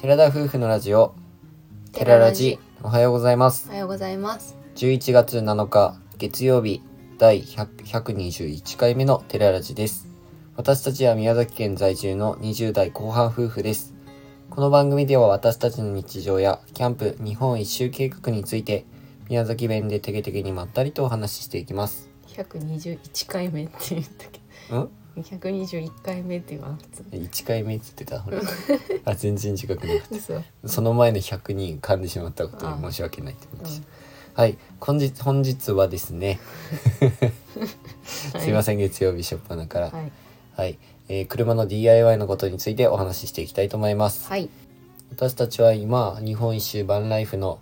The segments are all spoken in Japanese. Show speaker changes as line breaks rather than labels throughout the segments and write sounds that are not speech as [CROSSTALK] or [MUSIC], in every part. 寺田夫婦のラジオ寺ラジおはようございます
おはようございます
11月7日月曜日第100 121回目の寺ラジです私たちは宮崎県在住の20代後半夫婦ですこの番組では私たちの日常やキャンプ日本一周計画について宮崎弁でテゲテゲにまったりとお話ししていきます
121回目って言ったけ
ん
ど121回目って言わなかった
1回目って言ってた俺あ全然違くなかった
嘘うん
その前の100人噛んでしまったことに申し訳ないと思ってしまうはい本日本日はですね、すいません月曜日初っ端からは、
はいい
えー車の DIY のことについてお話ししていきたいと思います、
はい
私たちは今日本一周バンライフの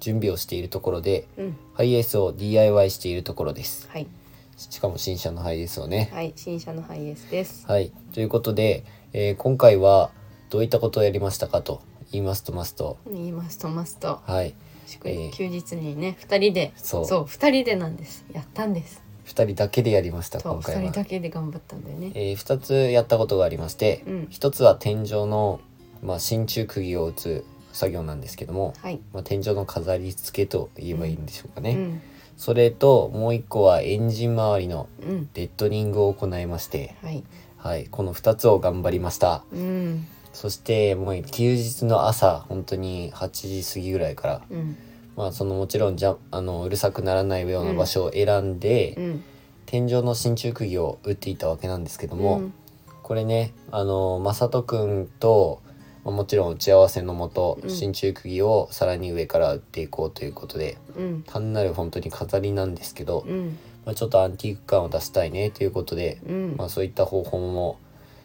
準備をしているところで
うん
ハイエースを DIY しているところです
はい
しかも新車のハイエースをね
はい新車のハイエースです
はいということで、えー今回はどういったことをやりましたかと言いますとますと
言いますとますと
はい
祝
え
日
ー
休日にね二人で
そう
そう二人でなんですやったんです
2人だけでやりました
そう
今回は
二人だけで頑張ったんだよね
えー、2つやったことがありまして、
うん
1つは天井の、まあ、真鍮釘を打つ作業なんですけども、
はい
まあ、天井の飾り付けと言えばいいんでしょうかね、
うん
それともう1個はエンジン周りの
うん
レッドリングを行いまして、
はい
はい、この2つを頑張りました
うん
そしてもう休日の朝本当に8時過ぎぐらいから、
うん
まあ、そのもちろんじゃあのうるさくならないような場所を選んで、
うん
天井の真鍮釘を打っていたわけなんですけども、
うん
これねあのまさとくんとまあもちろん打ち合わせのもと
うん
真鍮釘をさらに上から打っていこうということで
うん
単なる本当に飾りなんですけど、
うん
まあ、ちょっとアンティーク感を出したいねということで、
うん
まあ、そういった方法も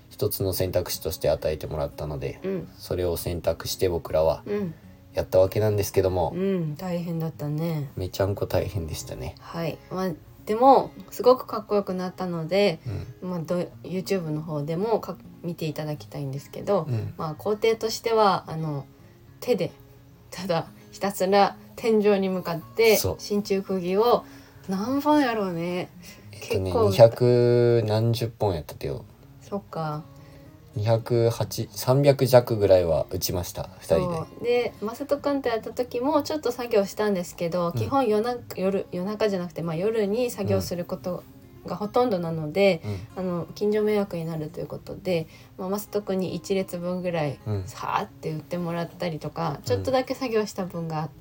一つの選択肢として与えてもらったので
うん
それを選択して僕らは
うん
やったわけなんですけども
うん大変だったね
めちゃんこ大変でしたね。
はい、まあ、でもすごくかっこよくなったので、
うん
まあ、ど YouTube の方でもか見ていただきたいんですけど、
うん
まあ、工程としてはあの手でただひたすら天井に向かって
そう
真鍮釘を何本やろうね
えっとね
結構
200何十本やったけど
そっか
200300弱ぐらいは打ちました2人で。
そうでまさとくんとやった時もちょっと作業したんですけど、
うん
基本夜な夜夜中じゃなくて、まあ、夜に作業することがほとんどなので、
うん
あの近所迷惑になるということで、まあ、マスト君に1列分ぐらい
うん
さーって売ってもらったりとかちょっとだけ作業した分が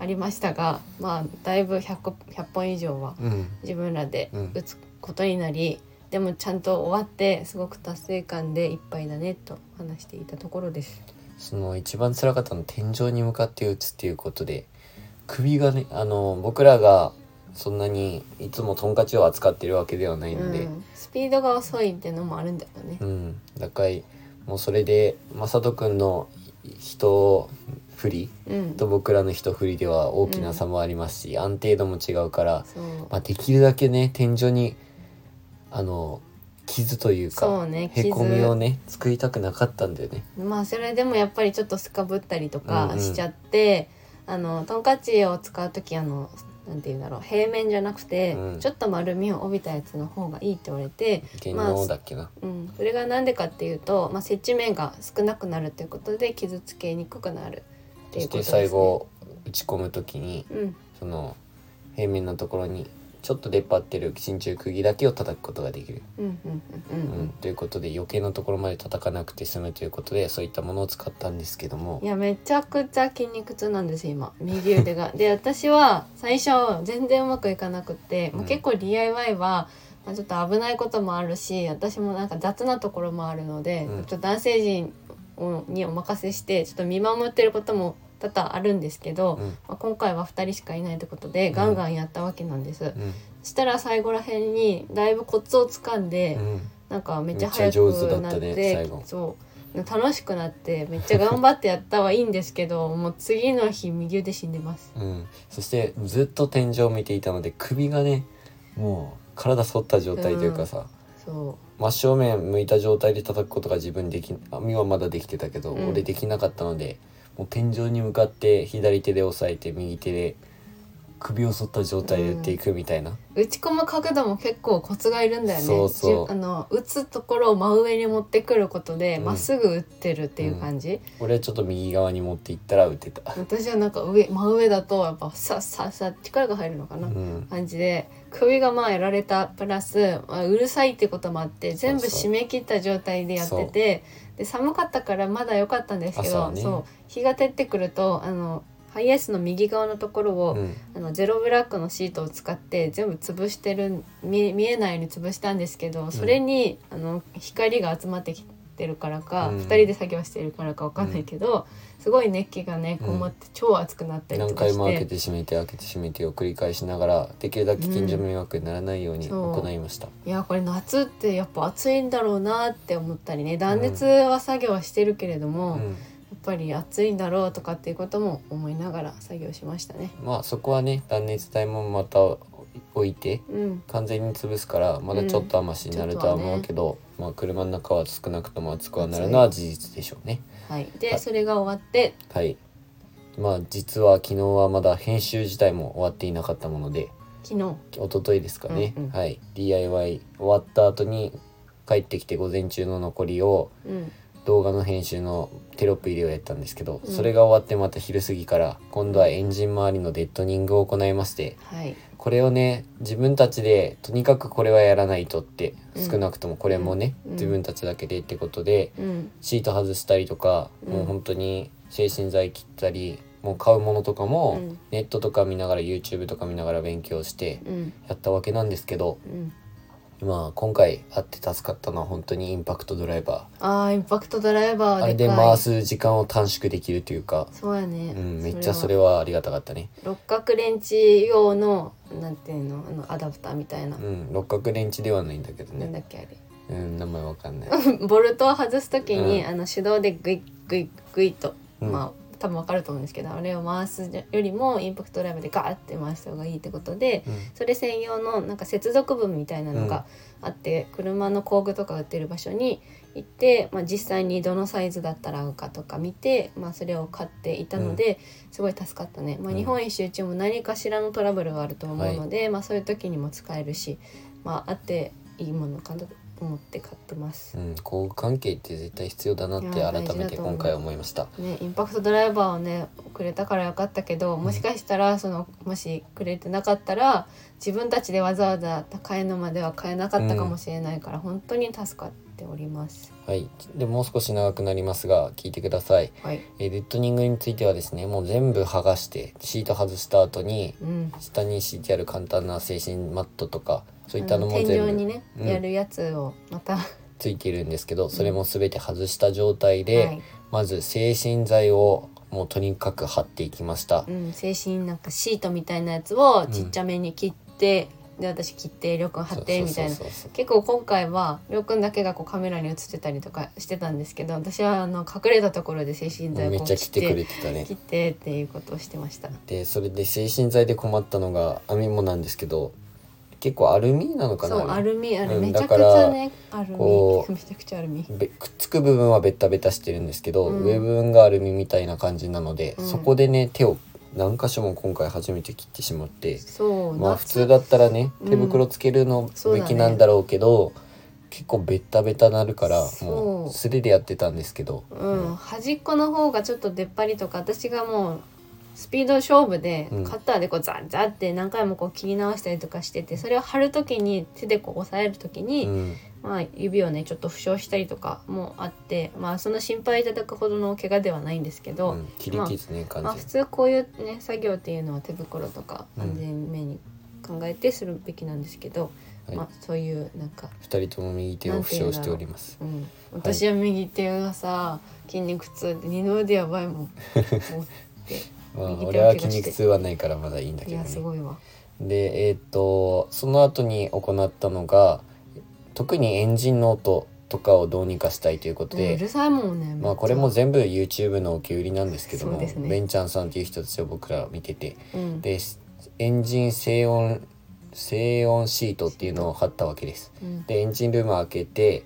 ありましたが、まあだいぶ 100, 個100本以上は
うん
自分らで
うん
打つことになり、でもちゃんと終わってすごく達成感でいっぱいだねと話していたところです。
その一番辛かったのは天井に向かって打つっていうことで首がねあの僕らがそんなにいつもトンカチを扱ってるわけではな
う
いので、
ん、スピードが遅いってのもあるんだよね
う。ん、だからもうそれで正人君の人振り
うん、
と僕らの人振りでは大きな差もありますし、安定度も違うから、
そう
まあ、できるだけね天井にあの傷という
そ
か
うね
へこみをね作りたくなかったんだよね。
まあそれでもやっぱりちょっとすかぶったりと
うん
か
うん
しちゃって、あのトンカチを使う時あのなんて言うんだろう平面じゃなくて、
うん
ちょっと丸みを帯びたやつの方がいいって言われて、
芸能だっけな、
うん、それがなんでかっていうと、まあ、接地面が少なくなるということで傷つけにくくなるっ
そ
てい
し
う
て
ことです、ね、
最後打ち込む時に
うん
その平面のところにちょっと出っ張ってる真鍮釘だけを叩くことができる、
うんうんうん
う
うん
ん、ということで余計なところまで叩かなくて済むということでそういったものを使ったんですけども
いやめちゃくちゃ筋肉痛なんです今右腕が。で私は最初全然うまくいかなくって、もう
うん
結構 DIY は、まあ、ちょっと危ないこともあるし私もなんか雑なところもあるので、
うん
ちょっと男性陣をにお任せしてちょっと見守ってることも多々あるんですけど、
うん
まあ、今回は2人しかいないってことでガンガンやったわけなんです。
うん
そしたら最後ら辺にだいぶコツをつかんで。
うん
なんかめっちゃ
め
早
っちゃ上
く
手だ
な
っ
ったて
ね最後
そう楽しくなってめっちゃ頑張ってやったはいいんですけ
[LAUGHS]
どもう次の日右腕死んでます
うん、そしてずっと天井を見ていたので首がねもう体反った状態というかさ、
そ
真正面向いた状態で叩くことが自分できあみはまだできてたけど、
うん
俺できなかったのでもう天井に向かって左手で押さえて右手で首を反った状態で打っていくみたいな、
打ち込む角度も結構コツがいるんだよね
そうそう
じゅあの打つところを真上に持ってくることで
うん
ま、っすぐ打ってるっていう感じ、
俺はちょっと右側に持っていったら打てた、
私はなんか上真上だとやっぱさささ力が入るのか
う
な、
ん、
感じで首がまあやられたプラス、まあ、うるさいってこともあって全部
そうそ
締め切った状態でやっててで寒かったからまだ良かったんですけ
朝
ど、
はね
そう日が照ってくるとあのハイエースの右側のところを、
うん、
あのゼロブラックのシートを使って全部潰してる見見えないように潰したんですけどそれに、あの光が集まってきてるからか、
うん
2人で作業してるからかわかんないけど、すごい熱気がねこもって超熱くなったり
何
とか
回
して、
も開けて閉めて開けて閉めてを繰り返しながらできるだけ近所迷惑にならないように
うんそう
行いました、
いやこれ夏ってやっぱ暑いんだろうなって思ったりね断熱は作業はしてるけれども、
う
やっ
ん
ぱり暑いんだろうとかっていうことも思いながら作業しましたね。
まあそこはね断熱材もまた置いて
うん、
完全に潰すからまだちょっと余しになるとは思うけど、まあ車の中は少なくとも暑くはなるのは事実でしょうね
はい、
は
で
い
それが終わって
はいまあ実は昨日はまだ編集自体も終わっていなかったもので
昨日
一昨日ですかね、
うんうん
はい DIY 終わった後に帰ってきて午前中の残りを
うん
動画の編集のテロップ入れをやったんですけど、
うん
それが終わってまた昼過ぎから今度はエンジン周りのデッドニングを行いまして
はい
これをね自分たちでとにかくこれはやらないとって
うん
少なくともこれもね、
うん
自分たちだけでってことで
うん
シート外したりとか、
うん
もう本当に精神剤切ったりもう買うものとかも、
うん
ネットとか見ながら YouTube とか見ながら勉強して
うん
やったわけなんですけど
うん
まあ今回会って助かったのは本当にインパクトドライバー。
あーインパクトドライバー
あ
は
れ
で
で
かい
回す時間を短縮できるというか、
そうやね、
うん、めっちゃそ
は
れはありがたかったね。
六角レンチ用のなんていうのあのアダプターみたいな、
うん、六角レンチではないんだけど
なん
ね。
だっけあれ
うん、名前わかん
[LAUGHS]
ない。
ボルトを外す時に、
うん
あの手動でグイッグイッグイッと、
うん
まあ多分わかると思うんですけどあれを回すよりもインパクトライブでガーって回した方がいいってことで
うん
それ専用のなんか接続部みたいなのがあって、車の工具とか売ってる場所に行って、まあ、実際にどのサイズだったら合うかとか見て、まあ、それを買っていたので、すごい助かったね、まあ、
うん
日本一周中も何かしらのトラブルがあると思うので、まあ、そういう時にも使えるし、まあ、あっていいものかなと思って買ってます。
うん、工具関係って絶対必要だなって
いや
改め
大事だ
て
と思う
今回思いました。
ね、インパクトドライバーをねくれたからよかったけどもしかしたらそのもしくれてなかったら自分たちでわざわざ高いのまでは買えなかったかもしれないから、本当に助かっております。
はい、でもう少し長くなりますが聞いてください。
はい、
えーデッドニングについてはですね、もう全部剥がしてシート外した後に
うん、
下に敷いてある簡単な精神マットとかそういった
あ
の
の
も
天井
全
に
部
ね、
うん
やるやつをまた、
ついてるんですけど、それも全て外した状態で。
はい
まず精神剤をもうとにかく貼っていきました
う。ん、精神なんかシートみたいなやつをちっちゃめに切って、で私切ってりょうくん貼ってみたいな
そうそうそう
結構今回はりょうくんだけがこうカメラに映ってたりとかしてたんですけど私はあの隠れたところで精神
そう
剤を
めっ
こう
ちゃ来てくれてたね
切。ってっていうことをしてました
でそれで精神剤で困ったのが編み物なんですけど結構アルミなのか
そ
な
うアルミあれ
うん
めちゃく
だ
ち
から
ゃねアルミ
こう
めちゃくちゃアルミ
べくっつく部分はベタベタしてるんですけど、
うん
上部分がアルミみたいな感じなので、
うん
そこでね手を何箇所も今回初めて切ってしまって
そう
まあ
夏
普通だったらね
うん
手袋つけるの
そうだ
べ
ね
きなんだろうけど、結構ベタベタなるからも
そう
う素手でやってたんですけど、
うん端っこの方がちょっと出っ張りとか私がもうスピード勝負で
うん
カッターでこうザッザッって何回もこう切り直したりとかしててそれを貼る時に手でこう押さえる時に、
うん
まあ、指をねちょっと負傷したりとかもあってまあその心配いただくほどの怪我ではないんですけど、
うん、切り傷ね感
まあ
じ
普通こういうね作業っていうのは手袋とか
うん
安全面に考えてするべきなんですけど、
はい
まあそういうなんか、
二人とも右手を負傷しております
うん、私は右手がさ筋肉痛で二の腕やばいもんも
[LAUGHS] まあ
右手を
俺は
怪
筋
我して
肉痛はないからまだいいんだ
うい
けど
やす
ね
ごいわ
でえーっとその後に行ったのが特にエンジンの音とかをどうにかしたいということ
でう
で
るさいもんね
まあこれも、全部 YouTube の受け売りなんですけど
そ
も
うですね
ベンちゃんさんっていう人たちを僕ら見てて
めっちゃうん
でエンジン静音静音シートっていうのを貼ったわけです
うん
でエンジンルーム開けて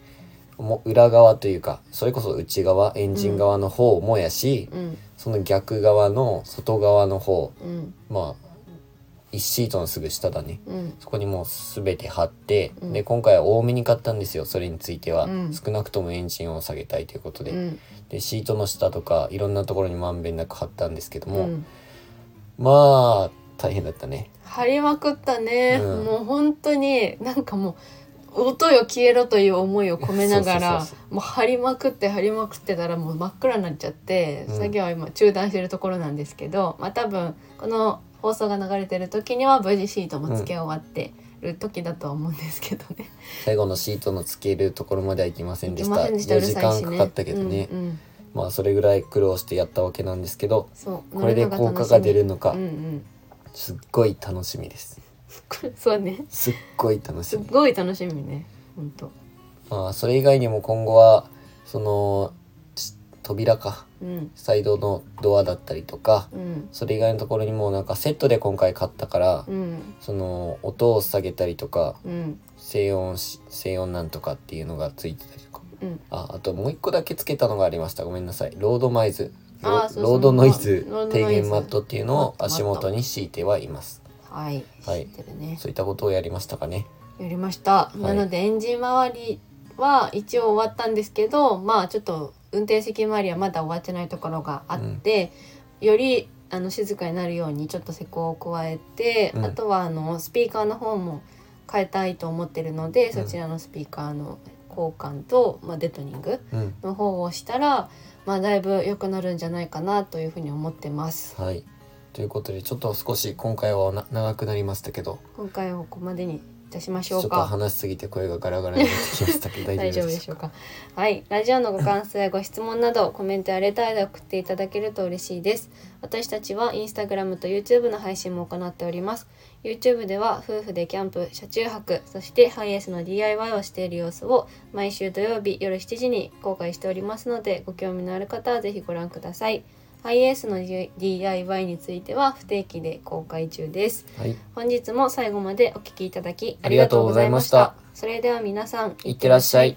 もう裏側というかそれこそ内側エンジン側の方もやし、
うん
その逆側の外側の方
うん
まあ1シートのすぐ下だね
うん
そこにもう全て貼って、
うん
で今回は多めに買ったんですよそれについては、
うん
少なくともエンジンを下げたいということで,、
うん
でシートの下とかいろんなところにまんべんなく貼ったんですけども、
うん
まあ大変だったね
張りまくったね、
うん
もう本当になんかもう音よ消えろという思いを込めながら
そうそうそ
もう張りまくって張りまくってたらもう真っ暗になっちゃって、
うん
作業は今中断してるところなんですけどまあ多分この放送が流れてる時には無事シートも付け終わってる時だとは思うんですけどね。
最後のシートの付けるところまではいきませんで
い
し
き
た
ませんでしたう
4
る
時
さいし
間
ね。
かかったけどね、
うんうん
まあそれぐらい苦労してやったわけなんですけど
そう
これで
乗るの
効
楽
果
しみ
が出るのか、
うんうん、
すっごい楽しみです
これそうね
すっごい楽し
すっ
み
ごい楽しみね本当
まあそれ以外にも今後はそのし扉か
うん
サイドのドアだったりとか
うん
それ以外のところにもなんかセットで今回買ったから、
うん
その音を下げたりとか
うん
静音し静音なんとかっていうのがついてたりとか
うん
ああともう一個だけつけたのがありましたごめんなさいロードマイズロ
あーそうそう
ロードノイズ
ロードノイズ
低減マットっていうのを
マット
足元に敷いてはいます
はい、
はい
知ってるね。
そういったことをやりましたかね
やりました。
い
なのでエンジン周りは一応終わったんですけど、まあちょっと運転席周りはまだ終わってないところがあって、よりあの静かになるようにちょっと施工を加えて、
うん
あとはあのスピーカーの方も変えたいと思ってるので、
ん
そちらのスピーカーの交換と、まあ、デトニング
うん
の方をしたら、まあだいぶ良くなるんじゃないかなというふうに思ってます。
はいということでちょっと少し今回はな長くなりましたけど
今回はここまでにいたしまし
ちょ
ょ
っ
う
と
か。
話しすぎて声がガラガラになってきました
[LAUGHS]
けど
大
大丈夫
丈夫
で
で
し
し
ょ
ょ
う
う
か
か。はい、ラジオのご感想やご質問などコメントやレターで送っていただけると嬉しいです。私たちはインスタグラムと YouTube の配信も行っております。YouTube では夫婦でキャンプ、車中泊、そしてハイエースの DIY をしている様子を毎週土曜日夜7時に公開しておりますのでご興味のある方はぜひご覧ください。ハイエースの DIY については不定期で公開中です。
はい
本日も最後までお聞きいただき
ありがとうございました
ありがとうございましたそれでは皆さん
いってらっしゃい